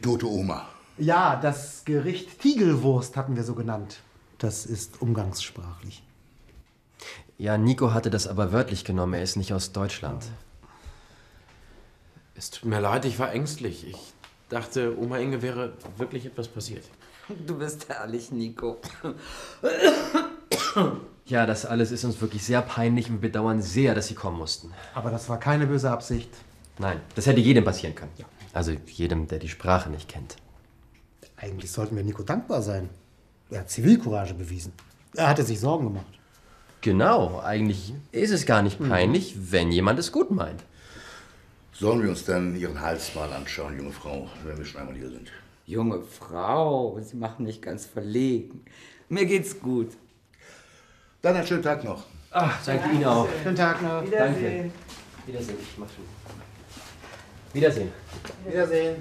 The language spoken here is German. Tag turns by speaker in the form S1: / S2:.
S1: tote Oma.
S2: Ja, das Gericht Tiegelwurst hatten wir so genannt. Das ist umgangssprachlich.
S3: Ja, Nico hatte das aber wörtlich genommen. Er ist nicht aus Deutschland.
S4: Es tut mir leid, ich war ängstlich. Ich dachte, Oma Inge wäre wirklich etwas passiert.
S5: Du bist herrlich, Nico.
S3: Ja, das alles ist uns wirklich sehr peinlich und wir bedauern sehr, dass Sie kommen mussten.
S2: Aber das war keine böse Absicht.
S3: Nein, das hätte jedem passieren können. Also jedem, der die Sprache nicht kennt.
S2: Eigentlich sollten wir Nico dankbar sein. Er hat Zivilcourage bewiesen. Er hatte sich Sorgen gemacht.
S3: Genau, eigentlich Mhm. ist es gar nicht peinlich, wenn jemand es gut meint.
S1: Sollen wir uns dann Ihren Hals mal anschauen, junge Frau, wenn wir schon einmal hier sind?
S5: Junge Frau, Sie machen mich ganz verlegen. Mir geht's gut.
S1: Dann einen schönen Tag noch.
S3: Ach, danke Ihnen auch.
S2: Schönen Tag noch.
S3: Danke. Wiedersehen. Ich mach schon. Wiedersehen.
S2: Wiedersehen.